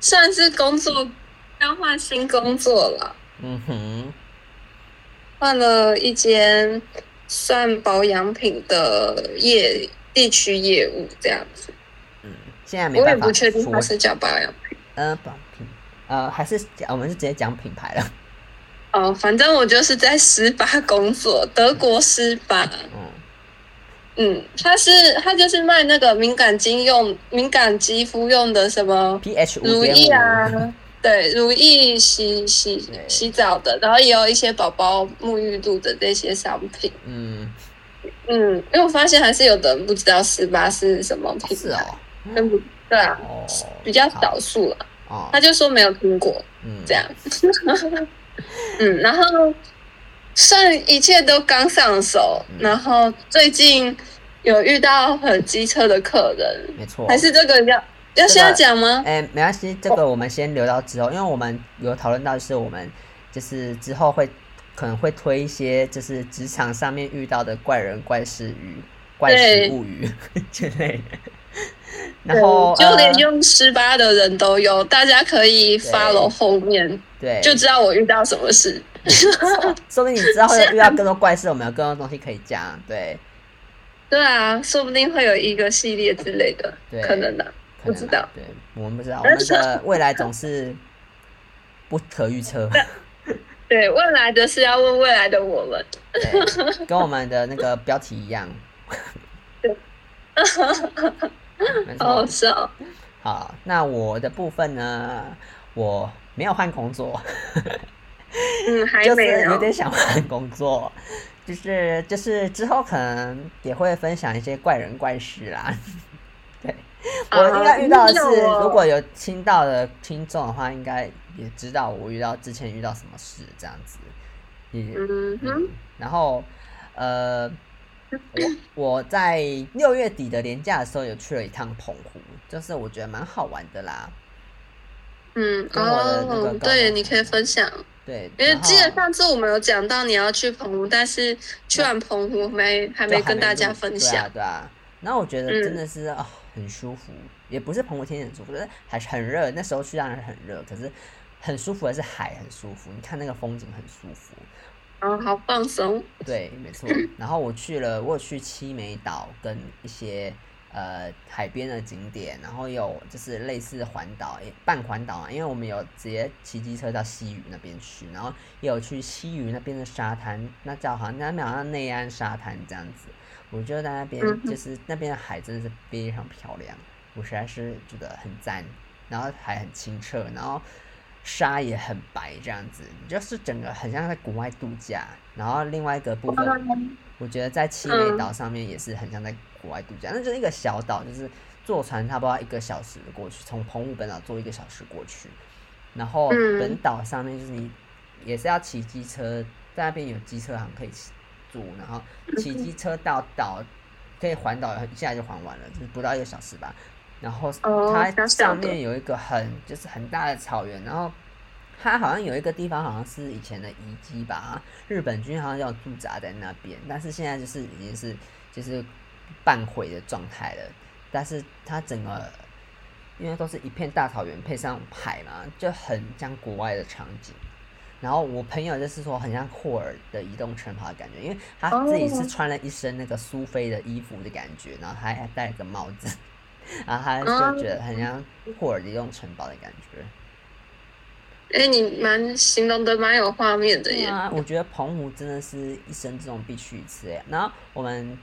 B: 算是工作刚换新工作了，
A: 嗯哼，
B: 换了一间算保养品的业地区业务这样子。
A: 现在没
B: 我也
A: 办法
B: 不确定
A: 说
B: 它是叫保养品
A: 呃，把品呃，还是讲我们是直接讲品牌了。
B: 哦，反正我就是在施巴工作，德国施巴。
A: 嗯
B: 嗯，它是它就是卖那个敏感肌用、敏感肌肤用的什么
A: ，pH 五
B: 乳
A: 点
B: 液
A: 五 [laughs]
B: 啊，对，乳液洗洗
A: 对
B: 洗澡的，然后也有一些宝宝沐浴露的这些商品。
A: 嗯，
B: 嗯，因为我发现还是有的人不知道十八是什么品
A: 是
B: 牌，
A: 哦，
B: 跟不对啊，
A: 哦，
B: 比较
A: 好
B: 少数了。
A: 哦，
B: 他就说没有听过
A: 嗯，
B: 这样，嗯，然后算一切都刚上手，
A: 嗯
B: 然后最近有遇到很机车的客人，
A: 没错，
B: 还是这个要要现在讲吗？
A: 哎、没关系，这个我们先留到之后，因为我们有讨论到，就是我们就是之后会可能会推一些就是职场上面遇到的怪人、怪事与怪事
B: 对
A: 物语 [laughs] 之类的。然后
B: 对就连
A: 呃
B: 用十八的人都有，大家可以
A: 对
B: follow 后面，
A: 对，
B: 就知道我遇到什么事。
A: 说不定你之
B: [laughs]
A: 后会遇到更多怪事，我们有更多东西可以讲。对，
B: 对啊，说不定会有一个系列之类的
A: 对，
B: 可能的、
A: 可能
B: 不知道
A: 啊对我们不知道，我们的未来总是不可预
B: [laughs]
A: 测。
B: 对，未来的是要问未来的我们。
A: 对，跟我们的那个标题一样。 [laughs] 没
B: 好
A: 错。
B: 笑，
A: 好，那我的部分呢，我没有换工作，
B: 嗯，还
A: 就
B: 没
A: 是有
B: 有。
A: 点想换工作，就是就是之后可能也会分享一些怪人怪事啦。 [laughs] 对，我应该遇到的是
B: 啊那，我
A: 如果有听到的听众的话，应该也知道我遇到之前遇到什么事这样子。也
B: 嗯哼，嗯
A: 然后呃，我我在六月底的年假的时候有去了一趟澎湖，就是我觉得蛮好玩的啦。
B: 嗯，
A: 跟我的那个
B: 哦
A: 高，
B: 对，
A: 中
B: 你可以分享，
A: 对，
B: 因为
A: 然后
B: 记得上次我们有讲到你要去澎湖，但是去完澎湖没还
A: 就
B: 没跟大
A: 录
B: 家分
A: 对啊
B: 享，
A: 对啊。然后我觉得
B: 嗯
A: 真的是啊、很舒服，也不是澎湖天气很舒服，就是还是很热。那时候去当然很热，可是很舒服的是海很舒服，你看那个风景很舒服。
B: 然后好放松，
A: 对，没错。
B: 嗯
A: 然后我去了，我有去七美岛跟一些呃海边的景点，然后有就是类似环岛，也半环岛啊，因为我们有直接骑机车到西屿那边去，然后也有去西屿那边的沙滩，那叫好像那边好像内安沙滩这样子。我觉得在那边
B: 嗯哼
A: 就是那边的海真的是非常漂亮，我实在是觉得很赞，然后海很清澈，然后沙也很白，这样子，你就是整个很像在国外度假。然后另外一个部
B: 哦
A: 分，我觉得在七美
B: 嗯
A: 岛上面也是很像在国外度假，那就是一个小岛，就是坐船差不多要一个小时过去，从澎湖本岛坐一个小时过去，然后
B: 嗯
A: 本岛上面就是你也是要骑机车，在那边有机车行可以骑住，然后骑机车到岛可以环岛，一下就环完了，就是不到一个小时吧。然后
B: 哦
A: 它
B: 小
A: 上
B: 小的
A: 面有一个很就是很大的草原，然后它好像有一个地方好像是以前的遗迹吧，日本军好像要驻扎在那边，但是现在就是已经是就是半毁的状态了。但是它整个因为都是一片大草原配上海嘛，就很像国外的场景。然后我朋友就是说很像霍尔的移动城堡的感觉，因为他自己是
B: 哦
A: 穿了一身那个苏菲的衣服的感觉，然后他还戴了个帽子，然后他
B: 哦
A: 就觉得很像霍尔移动城堡的感觉。
B: 哎，你蛮形容的蛮有画面的
A: 对
B: 耶，
A: 啊，我觉得澎湖真的是一生之中必去一次哎。然后我们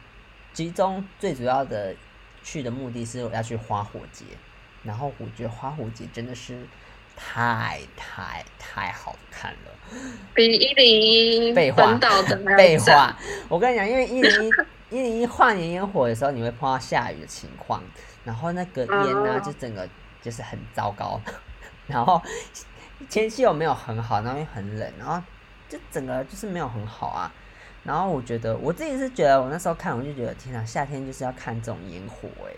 A: 其中最主要的去的目的是要去花火节，然后我觉得花火节真的是太太太好看了。
B: 比一零一
A: 废话
B: 本岛的还要
A: 废
B: 赞，
A: 话，我跟你讲，因为一零一
B: [laughs]
A: 一零一跨年烟火的时候，你会碰到下雨的情况，然后那个烟呢、
B: 哦
A: 就整个就是很糟糕，然后天气又没有很好，然后又很冷，然后就整个就是没有很好啊。然后我觉得我自己是觉得，我那时候看我就觉得，天啊，夏天就是要看这种烟火、欸，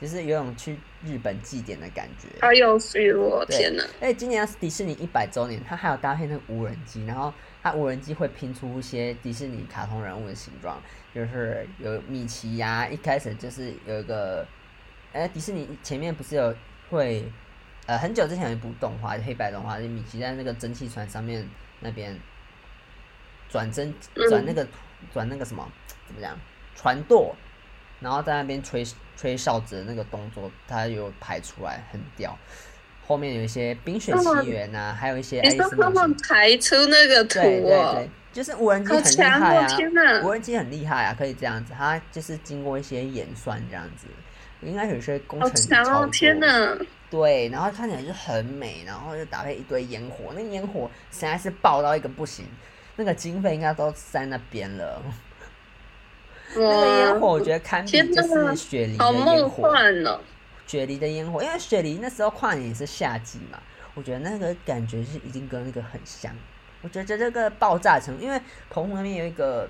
A: 就是有种去日本祭典的感觉。
B: 好有 feel 哦，
A: 对
B: 天哪！
A: 而且哎今年是迪士尼一百周年，它还有搭配那个无人机，然后它无人机会拼出一些迪士尼卡通人物的形状，就是有米奇呀、一开始就是有一个，哎、迪士尼前面不是有会呃很久之前有一部动画，黑白动画，就米奇在那个蒸汽船上面那边转蒸
B: 嗯
A: 转那个转那个什么怎么讲船舵，然后在那边吹吹哨子的那个动作，它有排出来，很屌。后面有一些《冰雪
B: 那么
A: 奇缘》呐，还有一些爱
B: 你
A: 丽
B: 说
A: 丝
B: 他
A: 梦
B: 们
A: 游。
B: 排出那个图
A: 对对
B: 哦
A: 对，，就是无人机
B: 好
A: 很厉
B: 强
A: 害
B: 哦！
A: 啊！
B: 天 [laughs] 哪，
A: 无人机很厉害啊，可以这样子，它就是经过一些演算这样子，应该有些工
B: 好
A: 程
B: 强
A: 操
B: 哦！
A: 作
B: 天哪，
A: 对，然后看起来就很美，然后就搭配一堆烟火，那烟火实在是爆到一个不行，那个经费应该都在那边了。那个烟火
B: 哇，
A: 我觉得堪比
B: 天
A: 就
B: 哪
A: 是雪梨
B: 好
A: 的烟
B: 梦
A: 火，
B: 幻哦！
A: 雪梨的烟火，因为雪梨那时候跨年也是夏季嘛，我觉得那个感觉是一定跟那个很像。我觉得这个爆炸程度，因为澎湖那边有一个，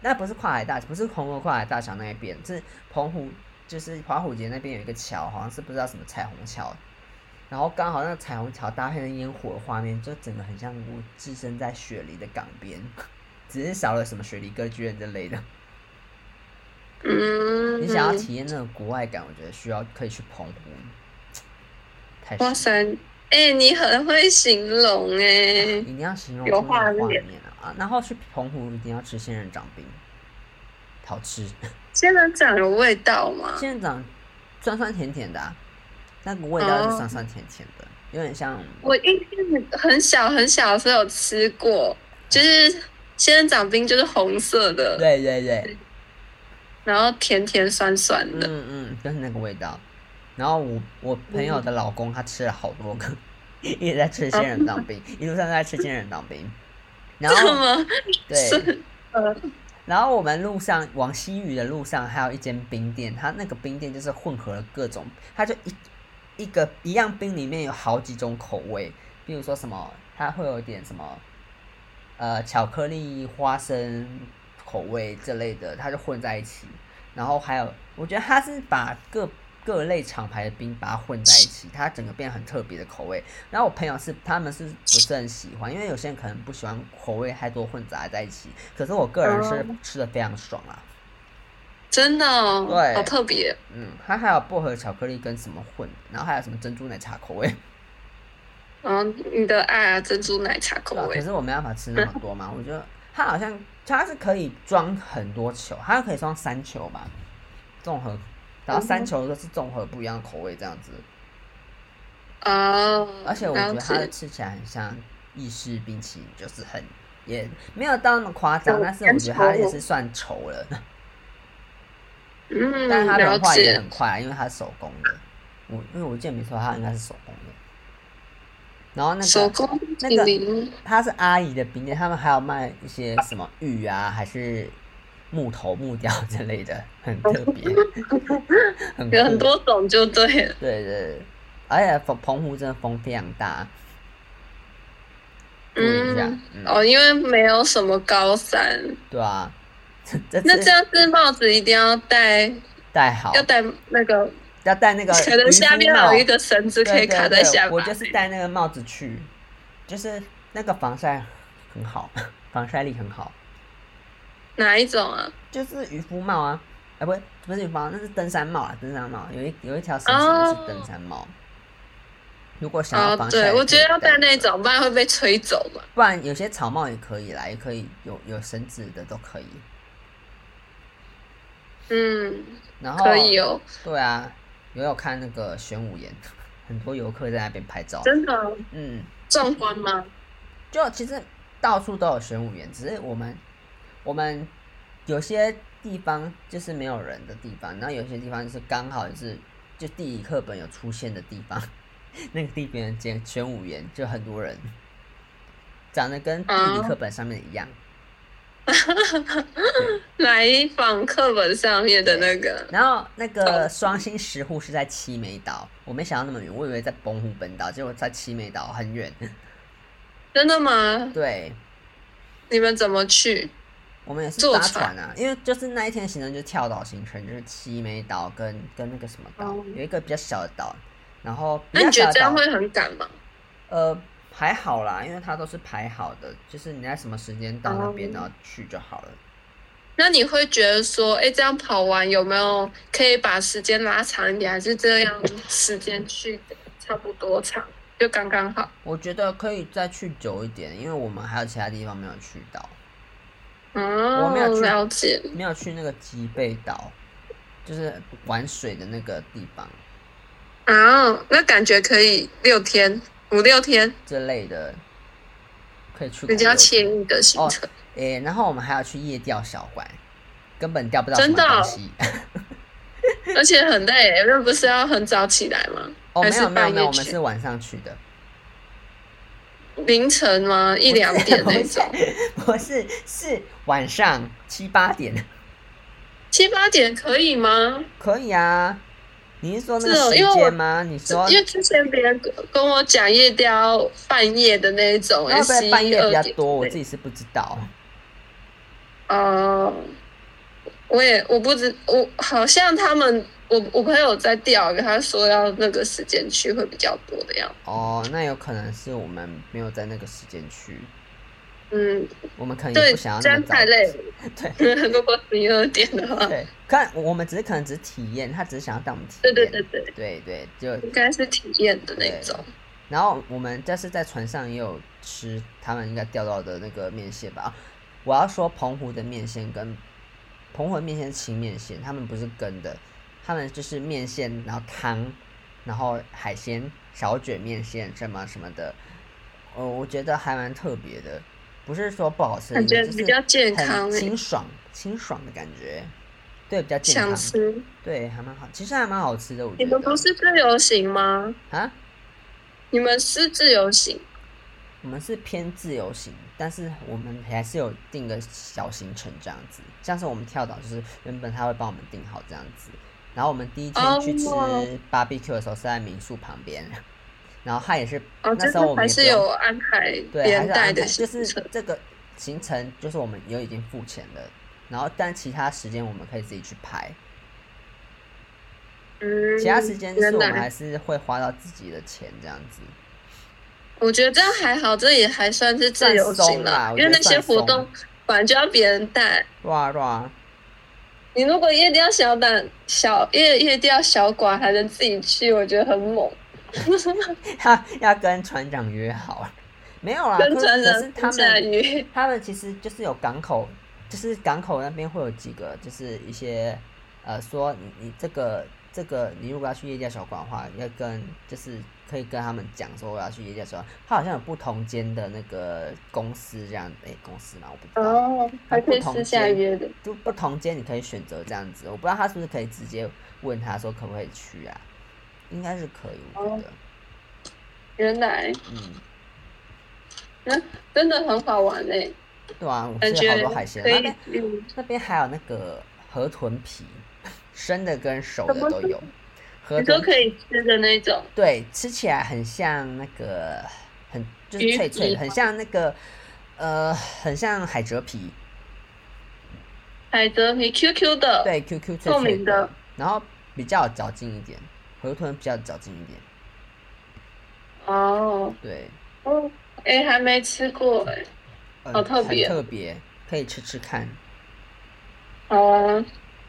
A: 那不是跨海大，不是澎湖跨海大桥那一边，是澎湖就是华虎节那边有一个桥，好像是不知道什么彩虹桥，然后刚好那个彩虹桥搭配的烟火的画面，就整个很像我置身在雪梨的港边， [laughs] 只是少了什么雪梨歌剧院之类的。
B: 嗯，
A: 你想要体验那种国外感，我觉得需要可以去澎湖。太
B: 嗯哇
A: 神了！
B: 塞，哎、你很会形容哎、
A: 一定要形容出那
B: 有
A: 个
B: 画
A: 画
B: 面
A: 面啊啊！然后去澎湖一定要吃仙人掌冰，好
B: [laughs]
A: 吃。
B: 仙人掌有味道吗？
A: 仙人掌酸酸甜甜的、啊，那个味道
B: 哦
A: 是酸酸甜甜的，有点像
B: 我印象很小很小的时候有吃过，就是仙人掌冰就是红色的，
A: 对对对，
B: 然后甜甜酸酸 [laughs] 的。
A: 嗯嗯，就是那个味道。然后我我朋友的
B: 嗯
A: 老公他吃了好多个， [laughs] 一直在吃仙人掌冰，一路上都在吃仙人掌
B: [laughs]
A: 冰。然
B: 这
A: 后
B: 嗯么
A: 对，
B: 呃，
A: 然后我们路上往西屿的路上还有一间冰店，它那个冰店就是混合了各种，它就一一个一样冰里面有好几种口味，比如说什么，它会有点什么，呃，巧克力花生口味这类的，它就混在一起。然后还有，我觉得它是把各各类厂牌的冰把它混在一起，它整个变很特别的口味。然后我朋友是他们是不是很喜欢，因为有些人可能不喜欢口味太多混杂在一起。可是我个人是吃的非常爽啊，
B: 真的、哦，
A: 对
B: 好特别。
A: 嗯，它还有薄荷巧克力跟什么混，然后还有什么珍珠奶茶口味。
B: 然后你的爱啊，珍珠奶茶口
A: 对啊
B: 味
A: 可，是我没办法吃那么
B: [laughs]
A: 多嘛，我觉得它好像它是可以装很多球，它可以装三球吧，综合，然
B: 嗯
A: 后三球都是综合不一样的口味这样子。
B: 哦，
A: 而且我觉得它
B: 了
A: 的
B: 解
A: 吃起来很像意式冰淇淋，就是很也没有到那么夸张，
B: 嗯
A: 但是我觉得它也是算稠了，
B: 嗯，
A: 但是它
B: 了
A: 融化也
B: 解
A: 很，快，啊因为它是手工的。我因为我记得没错，它应该是手工的。然后那
B: 手
A: 个
B: 工冰淇
A: 那个
B: 淋，
A: 它是阿姨的冰店，他们还有卖一些什么玉啊，还是木头、木雕之类的， [laughs] 很特
B: [laughs]
A: 别，很
B: 有很
A: 酷
B: 多种就对了。
A: 对对对，而且澎澎湖真的风非常大，注意一下，
B: 嗯
A: 嗯
B: 哦，因为没有什么高山，
A: 对啊，这这
B: 那这
A: 次
B: 样子帽子一定要戴，
A: 戴好
B: 要，戴那个，
A: 要戴那个
B: 可能
A: 渔
B: 下
A: 夫
B: 面
A: 帽
B: 有一个绳子可
A: 对
B: 以
A: 对
B: 卡在
A: 对
B: 下巴。
A: 我就是戴那个帽子去，就是那个防晒很好， [laughs] 防晒力很好，
B: 哪一种啊？
A: 就是渔夫帽啊，哎、不是不是渔夫帽，那是登山帽啊，登山帽有一有一条绳
B: 哦
A: 子是登山帽。如果想要
B: 哦
A: 防，晒，
B: 对，我觉得要戴
A: 戴
B: 那
A: 个，
B: 种，不然会被吹走嘛。
A: 不然有些草帽也可以啦，也可以有有绳子的都可以。
B: 嗯，
A: 然后
B: 可以哦，
A: 对啊，有有看那个玄武岩， [laughs] 很多游客在那边拍照。
B: 真的哦
A: 嗯，
B: 壮观吗？
A: 就其实到处都有玄武岩，只是我们我们有些地方就是没有人的地方，然后有些地方就是刚好就是就地理课本有出现的地方， [laughs] 那个地边的玄武岩就很多人，长得跟地理课本上面一样。
B: 来访课本上面的那个，
A: 然后那个双星石户是在七美岛，我没想到那么远，我以为在澎湖本岛，结果在七美岛很远。
B: 真的吗？
A: 对，
B: 你们怎么去？
A: 我们也是
B: 坐
A: 搭
B: 船
A: 船啊，因为就是那一天的行程就是跳岛行程，就是七美岛跟跟那个什么岛，
B: 哦
A: 有一个比较小的岛，然后比
B: 那你
A: 较
B: 觉
A: 小的
B: 得这样
A: 岛
B: 会很赶吗？
A: 呃还好啦，因为它都是排好的，就是你在什么时间到那边
B: 哦
A: 然后去就好了。
B: 那你会觉得说，哎，这样跑完有没有可以把时间拉长一点，还是这样时间去差不多长，就刚刚好。
A: 我觉得可以再去久一点，因为我们还有其他地方没有去到，
B: 哦，
A: 没有去
B: 了解。
A: 没有去那个吉贝岛，就是玩水的那个地方
B: 啊，那感觉可以六天五六天
A: 这类的，可以去
B: 比较
A: 过
B: 惬意的行
A: 哦
B: 程。
A: 诶、然后我们还要去夜钓小馆，根本钓不到什
B: 真
A: 么
B: 的
A: 东
B: 哦
A: 西。
B: 而且很累耶，那不是要很早起来吗？
A: 哦，
B: 还
A: 没
B: 是
A: 有没有
B: 半
A: 没
B: 夜
A: 有，我们
B: 去
A: 是晚上去的，
B: 凌晨吗？一两 [laughs] 点
A: 不 [laughs]
B: 那
A: 是
B: 种，
A: 不是是晚上七八点，
B: 七八点可以吗？
A: 可以啊。你是说那
B: 是
A: 个
B: 哦
A: 时
B: 因为我
A: 间吗？你说
B: 因为之前别人跟我讲夜雕半夜的那一种，
A: 会不
B: 十
A: 会
B: 一
A: 哦半夜比较
B: 二点。
A: 多？我自己是不知道。
B: 哦、我也我不知我好像他们我我朋友在钓鱼，他说要那个时间去会比较多的样子。
A: 哦，那有可能是我们没有在那个时间去，
B: 嗯， [laughs]
A: 我们可能也
B: 对，
A: 不想要
B: 这
A: 那
B: 样
A: 么早。
B: 太累了。
A: 对
B: 如果十一二点的话，
A: 对，看我们只是可能只是体验，他只是想要带我们体
B: 对
A: 验。
B: 对对对，
A: 对对就
B: 应该是体验的那种。
A: 然后我们这次在船上也有吃他们应该钓到的那个面线吧。啊我要说澎湖的面线跟澎湖的面线是青面线，他们不是羹的，他们就是面线，然后汤，然后海鲜小卷面线什么什么的。呃，我觉得还蛮特别的，不是说不好吃，
B: 感觉
A: 就是
B: 比较健
A: 很
B: 康欸
A: 清爽清爽的感觉。对，比较健
B: 想
A: 康，
B: 吃？
A: 对，还蛮好，其实还蛮好吃的，我觉
B: 你
A: 得。
B: 们不是自由行吗？
A: 啊？
B: 你们是自由行
A: 我们是偏自由行，但是我们还是有定个小行程这样子，像是我们跳岛就是原本他会帮我们定好这样子，然后我们第一天去吃
B: 哦
A: barbecue 的时候是在民宿旁边，然后他也是、那
B: 哦，就
A: 时
B: 是
A: 候我们
B: 还
A: 也不
B: 是
A: 用
B: 有安排
A: 对，还
B: 连
A: 是
B: 带
A: 安
B: 的
A: 排就
B: 行
A: 是
B: 程。
A: 这个行程就是我们有已经付钱了，然后但其他时间我们可以自己去排，
B: 嗯，
A: 其他时间就是
B: 原
A: 我们还
B: 来，
A: 是会花到自己的钱这样子。
B: 我觉得这样还好，这也还算是自由
A: 算
B: 行
A: 松啦
B: 啦，
A: 我
B: 因
A: 觉得
B: 为那些
A: 算松
B: 活动本来就要别人带。
A: 哇哇，
B: 你如果夜钓小胆小夜夜钓小馆还能自己去，我觉得很猛。
A: [laughs] 他要跟船长约好，没有啦，
B: 跟
A: 啊可
B: 船
A: 可
B: 长
A: 是他
B: 在
A: 们 [laughs]
B: 约，
A: 他们其实就是有港口，就是港口那边会有几个，就是一些呃说你你这个这个你如果要去夜店小馆的话，要跟就是可以跟他们讲说我要去夜店小馆，他好像有不同间的那个公司这样，诶、公司嘛我不知道，
B: 哦，还可以私下约的。
A: 就不同间你可以选择这样子，我不知道他是不是可以直接问他说可不可以去啊，应该是可以，我
B: 哦
A: 觉得，
B: 原来，
A: 嗯。
B: 嗯，真的很好玩欸诶、
A: 对啊，我
B: 感
A: 吃了好
B: 觉
A: 多海鲜。
B: 可
A: 那
B: 以
A: 边。
B: 嗯
A: 那边还有那个河豚皮，生的跟熟的都有。河
B: 你都
A: 豚
B: 可以吃的那种，
A: 对，吃起来很像那个，很就是
B: 鱼
A: 脆脆
B: 皮
A: 的，很像那个呃，很像海蜇皮，
B: 海蜇皮 QQ 的，
A: 对，Q Q 脆
B: 透
A: 脆
B: 明的，
A: 然后比较有嚼劲一点，河豚比较有嚼劲一点，
B: 哦，
A: 对，
B: 哦，哎、还没吃过哎、
A: 呃、
B: 好特别
A: 很特别，可以吃吃看，
B: 好啊，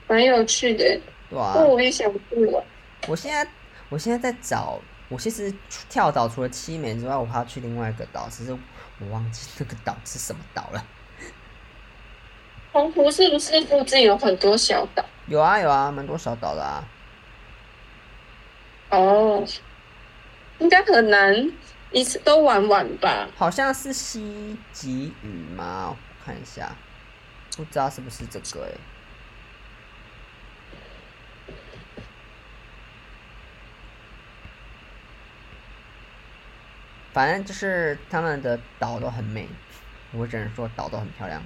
B: 蛮有趣的、欸，
A: 对啊。
B: 不过我也想去玩。
A: 我现在我现在在找，我其实跳岛除了七美之外，我还要去另外一个岛，只是我忘记那个岛是什么岛了。
B: 澎湖是不是附近有很多小岛？
A: 有啊有啊，蛮多小岛的啊。
B: 哦，应该很难一次都玩完吧？
A: 好像是西吉屿吗？我看一下，不知道是不是这个欸诶、反正就是他们的岛都很美，我只能说岛都很漂亮，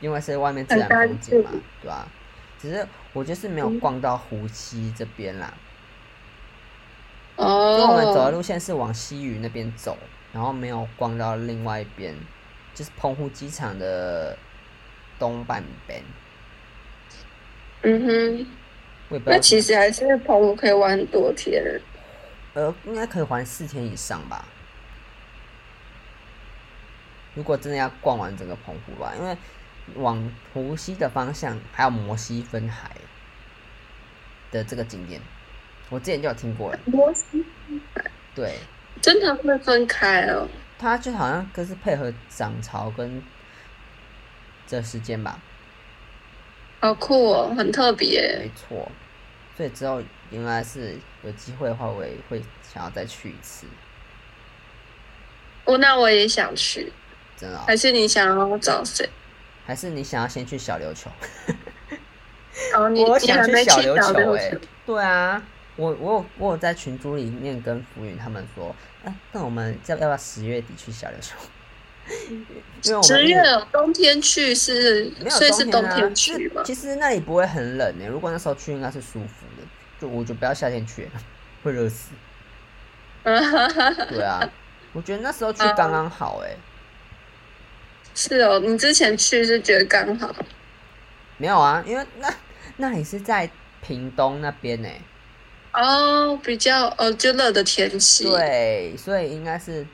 A: 因为是外面自然
B: 很干
A: 风景嘛
B: 净，
A: 对吧、只是我就是没有逛到湖西这边啦，因为我们走的
B: 哦，
A: 路线是往西屿那边走，然后没有逛到另外一边，就是澎湖机场的东半边。
B: 嗯哼，
A: 我也不知
B: 那
A: 道，
B: 其实还是澎湖可以玩很多天。
A: 呃，应该可以玩四天以上吧。如果真的要逛完整个澎湖吧，因为往湖西的方向还有摩西分海的这个景点，我之前就有听过了，
B: 摩
A: 对，
B: 真的会分开哦。
A: 它就好像就是配合涨潮跟这时间吧，
B: 好酷哦，很特别。
A: 没错，所以之后原来是有机会的话，我也会想要再去一次，
B: 哦，那我也想去，
A: 真的哦、
B: 还是你想要找谁？
A: 还是你想要先去小琉球？
B: 哦，你
A: [laughs] 我
B: 你
A: 想
B: 还
A: 去
B: 没
A: 小
B: 去
A: 琉
B: 找
A: 球
B: 六
A: 哎、
B: 球
A: 对啊，我我有我有在群组里面跟浮云他们说，哎、那我们要要不要十月底去小琉球？ [laughs] 因为我们
B: 十
A: 一直
B: 月有哦冬天去是，
A: 没有
B: 所以是冬
A: 啊
B: 天
A: 是
B: 去吗？
A: 其实那里不会很冷呢、欸如果那时候去应该是舒服的，就我就不要夏天去， [laughs] 会热死。对啊，我觉得那时候去
B: 啊
A: 刚刚好哎、
B: 是哦，你之前去是觉得刚好，
A: 没有啊，因为那那里是在屏东那边欸呢、
B: 哦，比较哦，就热的天气。，
A: 对，所以应该是，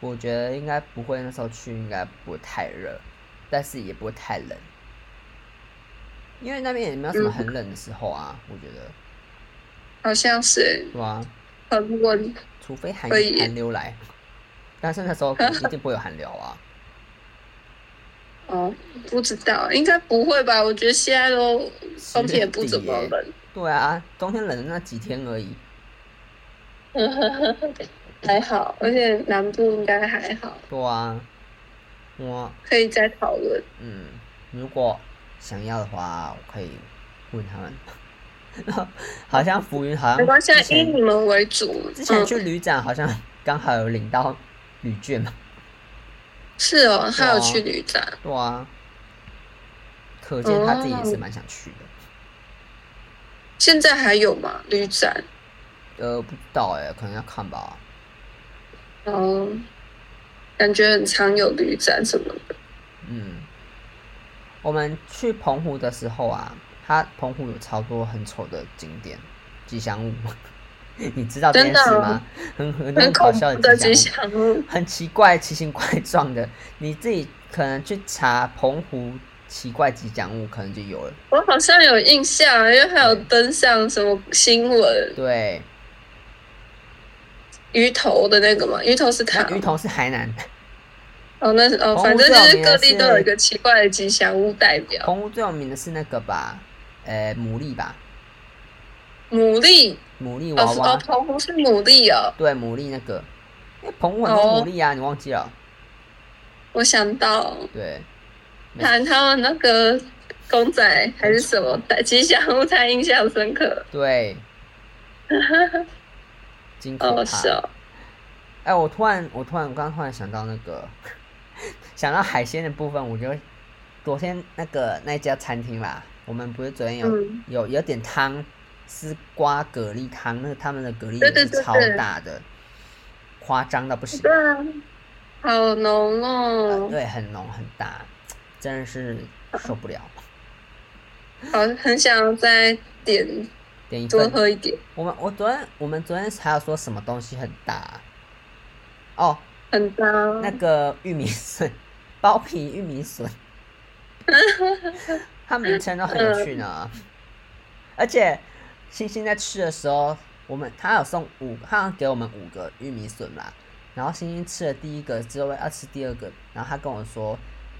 A: 我觉得应该不会，那时候去应该不会太热，但是也不会太冷，因为那边也没有什么很冷的时候啊，我觉得，
B: 好像是
A: 对啊，
B: 很温。
A: 除非寒
B: 可以
A: 寒流来，但是那时候一定不会有寒流啊，
B: 哦，不知道，应该不会吧？我觉得现在都 [laughs] 冬天也不怎么
A: 对啊，冬天冷的那几天而已，
B: 冷，还好，而且南部应该还好，
A: 对啊，我
B: 可以再讨论。
A: 嗯，如果想要的话，我可以问他们。 [laughs] 好像浮云好像
B: 没关系啊
A: 之，前
B: 以你们为主。
A: 之前
B: 嗯、
A: 去旅展好像刚好有领到旅券嘛，
B: 是哦，还有去旅展，
A: 对啊，可见他自己也是蛮想去的。
B: 现在还有吗？旅展？
A: 呃，不知道哎、可能要看吧。
B: 哦，感觉很常有旅展什么的。
A: 嗯，我们去澎湖的时候啊，它澎湖有超多很丑的景点，吉祥物， [laughs] 你知道这件
B: 真的
A: 事
B: 哦
A: 吗？很很多
B: 很
A: 很
B: 恐
A: 搞笑
B: 怖的
A: 吉
B: 吉
A: 祥物。
B: 祥物，
A: 很奇怪、奇形怪状的，你自己可能去查澎湖奇怪吉祥物，可能就有了。
B: 我好像有印象，因为还有登上什么新闻
A: 对，
B: 鱼头的那个嘛，鱼头是他
A: 那啊鱼头是海南，
B: 哦，那是哦，
A: 澎湖
B: 反正就
A: 最有
B: 是
A: 名
B: 各
A: 的
B: 地
A: 是
B: 都有一个奇怪的吉祥物代表，
A: 澎湖最有名的是那个吧，呃，牡蛎吧，
B: 牡蛎
A: 牡蛎娃
B: 哦哦
A: 娃，，
B: 澎湖是牡蛎哦，
A: 对，牡蛎那个，因为澎湖很多牡蛎啊，你忘记了？
B: 我想到
A: 对，没
B: 看他们那个公仔还是什么吉祥物太印象深刻，
A: 对，金可
B: 哦
A: 怕。
B: 是哦，
A: 哎、我突然，我突然，我刚刚突然想到那个， [laughs] 想到海鲜的部分，我就昨天那个那一家餐厅啦，我们不是昨天有、
B: 嗯
A: 有有点汤，丝瓜蛤蜊汤，那个他们的蛤蜊
B: 对
A: 也
B: 对
A: 是
B: 对
A: 超
B: 对
A: 大的，夸张到不行
B: 对，啊，好浓
A: 呃
B: 哦，
A: 对，很浓很大，真的是受不了。
B: 好很想再点
A: 点一
B: 多
A: 份，
B: 喝一点，
A: 我们我昨天我们昨天还有说什么东西很大啊、哦，
B: 很搭，
A: 那个玉米笋，包皮玉米笋，它名称都很有趣呢。而且星星在吃的时候，我们他有送五，他好像给我们五个玉米笋啦。然后星星吃了第一个之后要吃第二个，然后他跟我说：“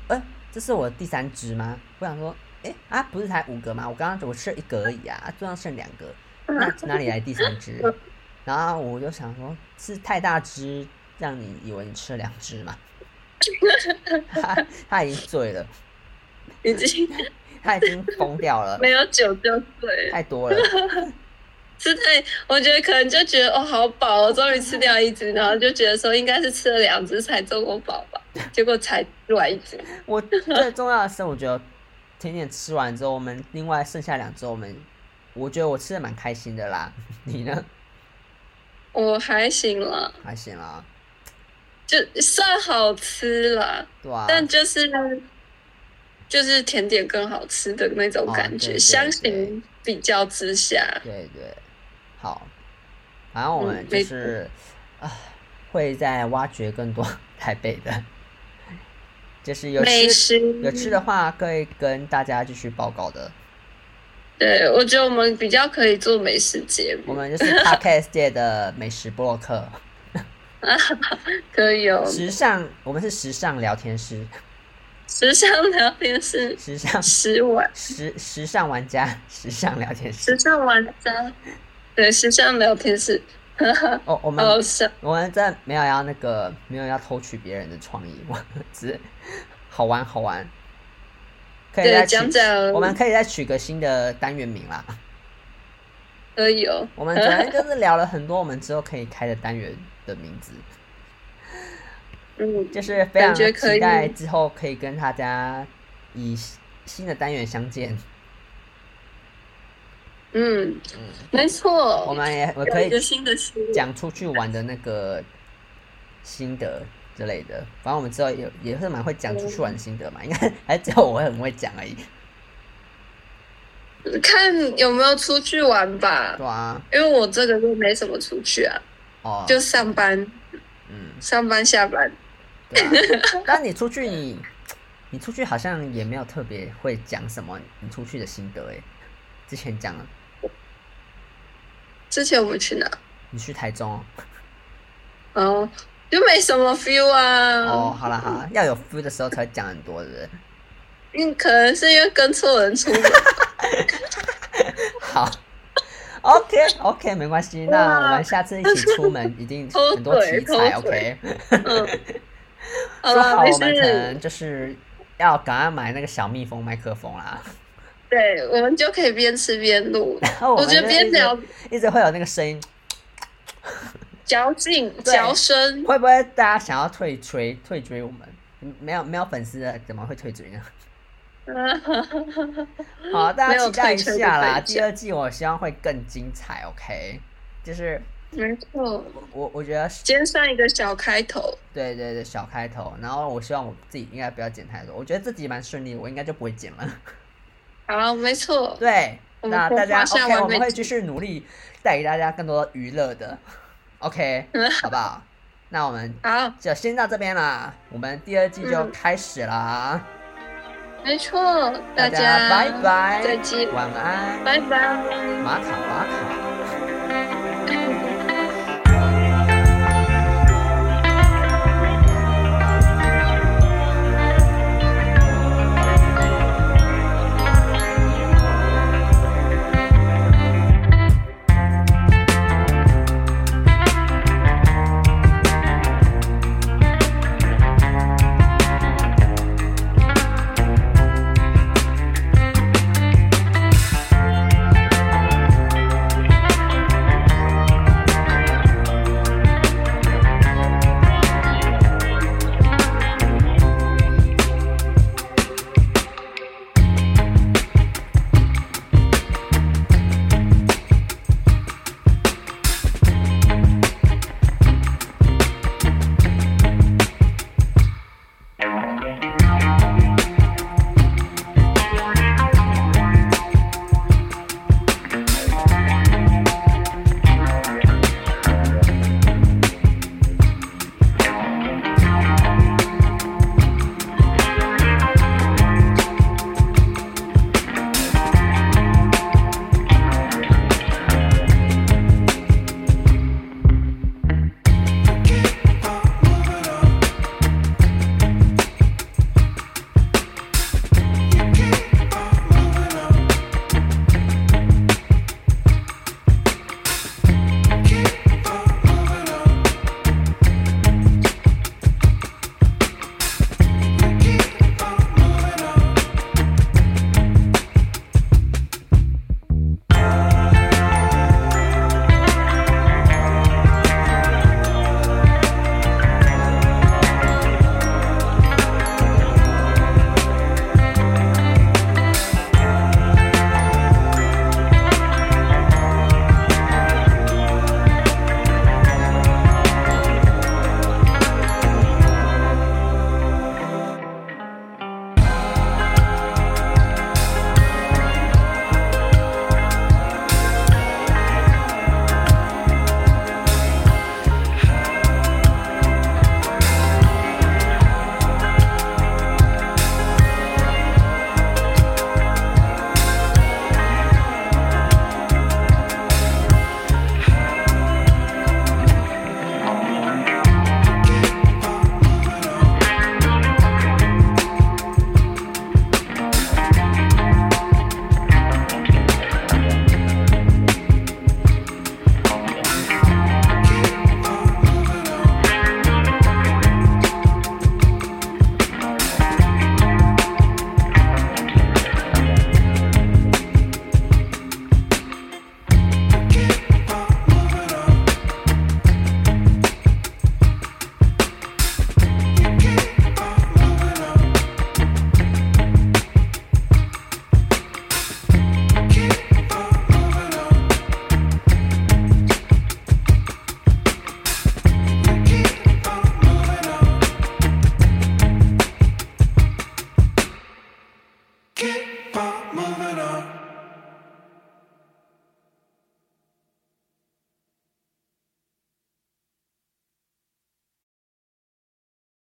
A: 哎、这是我的第三只吗？”我想说：“哎、啊，不是才五个吗？我刚刚我吃了一个而已啊，啊桌上剩两个，那哪里来第三只？”然后我就想说，是太大只让你以为你吃了两只吗？ [laughs] 他他已经醉了，
B: 已经
A: 他已经疯掉了，
B: 没有酒就醉了。
A: 太多了。
B: 是太，我觉得可能就觉得哦好饱哦，终于吃掉一只，然后就觉得说应该是吃了两只才中过饱
A: [laughs]
B: 吧，结果才吃完一只。
A: 我最重要的是，我觉得甜点吃完之后，我们另外剩下两只，我们我觉得我吃的蛮开心的啦。 [laughs] 你呢？
B: 我还行啦，
A: 还行啊啦，
B: 就算好吃啦，
A: 对啊。
B: 但就是就是甜点更好吃的那种
A: 哦
B: 感
A: 对
B: 觉，
A: 对
B: 相
A: 对
B: 形比较之下，
A: 对对，好，反正我们
B: 嗯
A: 就
B: 没
A: 是啊、会在挖掘更多 [laughs] 台北的，就是有
B: 美
A: 吃
B: 食
A: 有吃的话，可以跟大家继续报告的。
B: 对，我觉得我们比较可以做美食节
A: 我
B: 目，
A: 们就是 podcast 界的美食博客，
B: 可以哦。
A: 时尚，我们是时尚聊天师，
B: 时尚聊天室，
A: 时尚
B: 时玩，
A: 时时尚玩家，时尚聊天师
B: 时。尚玩家，对，时尚聊天室，
A: 哦，我们
B: 好笑。
A: 我们在没有要那个，没有要偷取别人的创意，我只是好玩好玩。可以
B: 对
A: 再
B: 讲
A: 取
B: 讲
A: 我们可以再取个新的单元名啦。
B: 可以哦。
A: 我
B: [laughs]
A: 们昨天就是聊了很多我们之后可以开的单元的名字，
B: 嗯，
A: 就是非常
B: 感觉可以
A: 期待之后可以跟大家以新的单元相见。
B: 嗯，没错。
A: 我们也我
B: 有
A: 可以
B: 一个新的系列，
A: 讲出去玩的那个心得之类的。反正我们之后也也是蛮会讲出去玩的心得嘛，应该 [laughs] 还只有我很会讲而已，
B: 看有没有出去玩吧。
A: 对啊，
B: 因为我这个就没什么出去啊，
A: 哦，
B: 就上班、
A: 嗯，
B: 上班、下班。
A: 对啊。但你出去你你出去好像也没有特别会讲什么你出去的心得诶，之前讲了
B: 之前我们去哪？
A: 你去台中哦，
B: 哦，就没什么 feel 啊。
A: 哦好啦好啦，要有 feel 的时候才会讲很多，对不对？
B: 嗯，可能是因为跟错人
A: [laughs]
B: 出门。
A: 好。OK OK，没关系，那我们下次一起出门，一
B: [laughs]
A: 定很多题
B: 口水
A: 材。
B: 口
A: OK，
B: 水嗯，好
A: 说
B: 了，
A: 好
B: 啊没
A: 啊我们可
B: 事
A: 能。就是要赶快买那个小蜜蜂麦克风啦。
B: 对，我们就可以边吃边录。
A: 然后
B: 我
A: 们
B: 觉得
A: 就
B: 边
A: 一直
B: 聊
A: 一直会有那个声音，
B: 嚼劲、
A: 对
B: 嚼声，
A: 会不会大家想要退追退追我们？没有没有粉丝的怎么会退追呢？ [laughs] 好，大
B: 没
A: 家
B: 有
A: 期待一
B: 退追
A: 下啦！
B: 就退追
A: 第二季我希望会更精彩，OK？就是
B: 没错。
A: 我我觉得是
B: 今天算一个小开头，
A: 对对对小开头，然后我希望我自己应该不要剪太多，我觉得自己蛮顺利，我应该就不会剪了。 [laughs]
B: 好，没错，
A: 对，
B: 我
A: 那
B: 们不
A: 大家
B: 花下
A: OK，
B: 完
A: 我们
B: 美
A: 会
B: 计
A: 继续努力带给大家更多娱乐的
B: [laughs]
A: ，OK，好不好？那我们
B: 好，
A: 就先到这边啦，我们第二季就
B: 嗯
A: 开始啦，
B: 没错，大
A: 家拜拜，
B: 再见，
A: 晚安，
B: 拜拜。
A: 马卡马卡。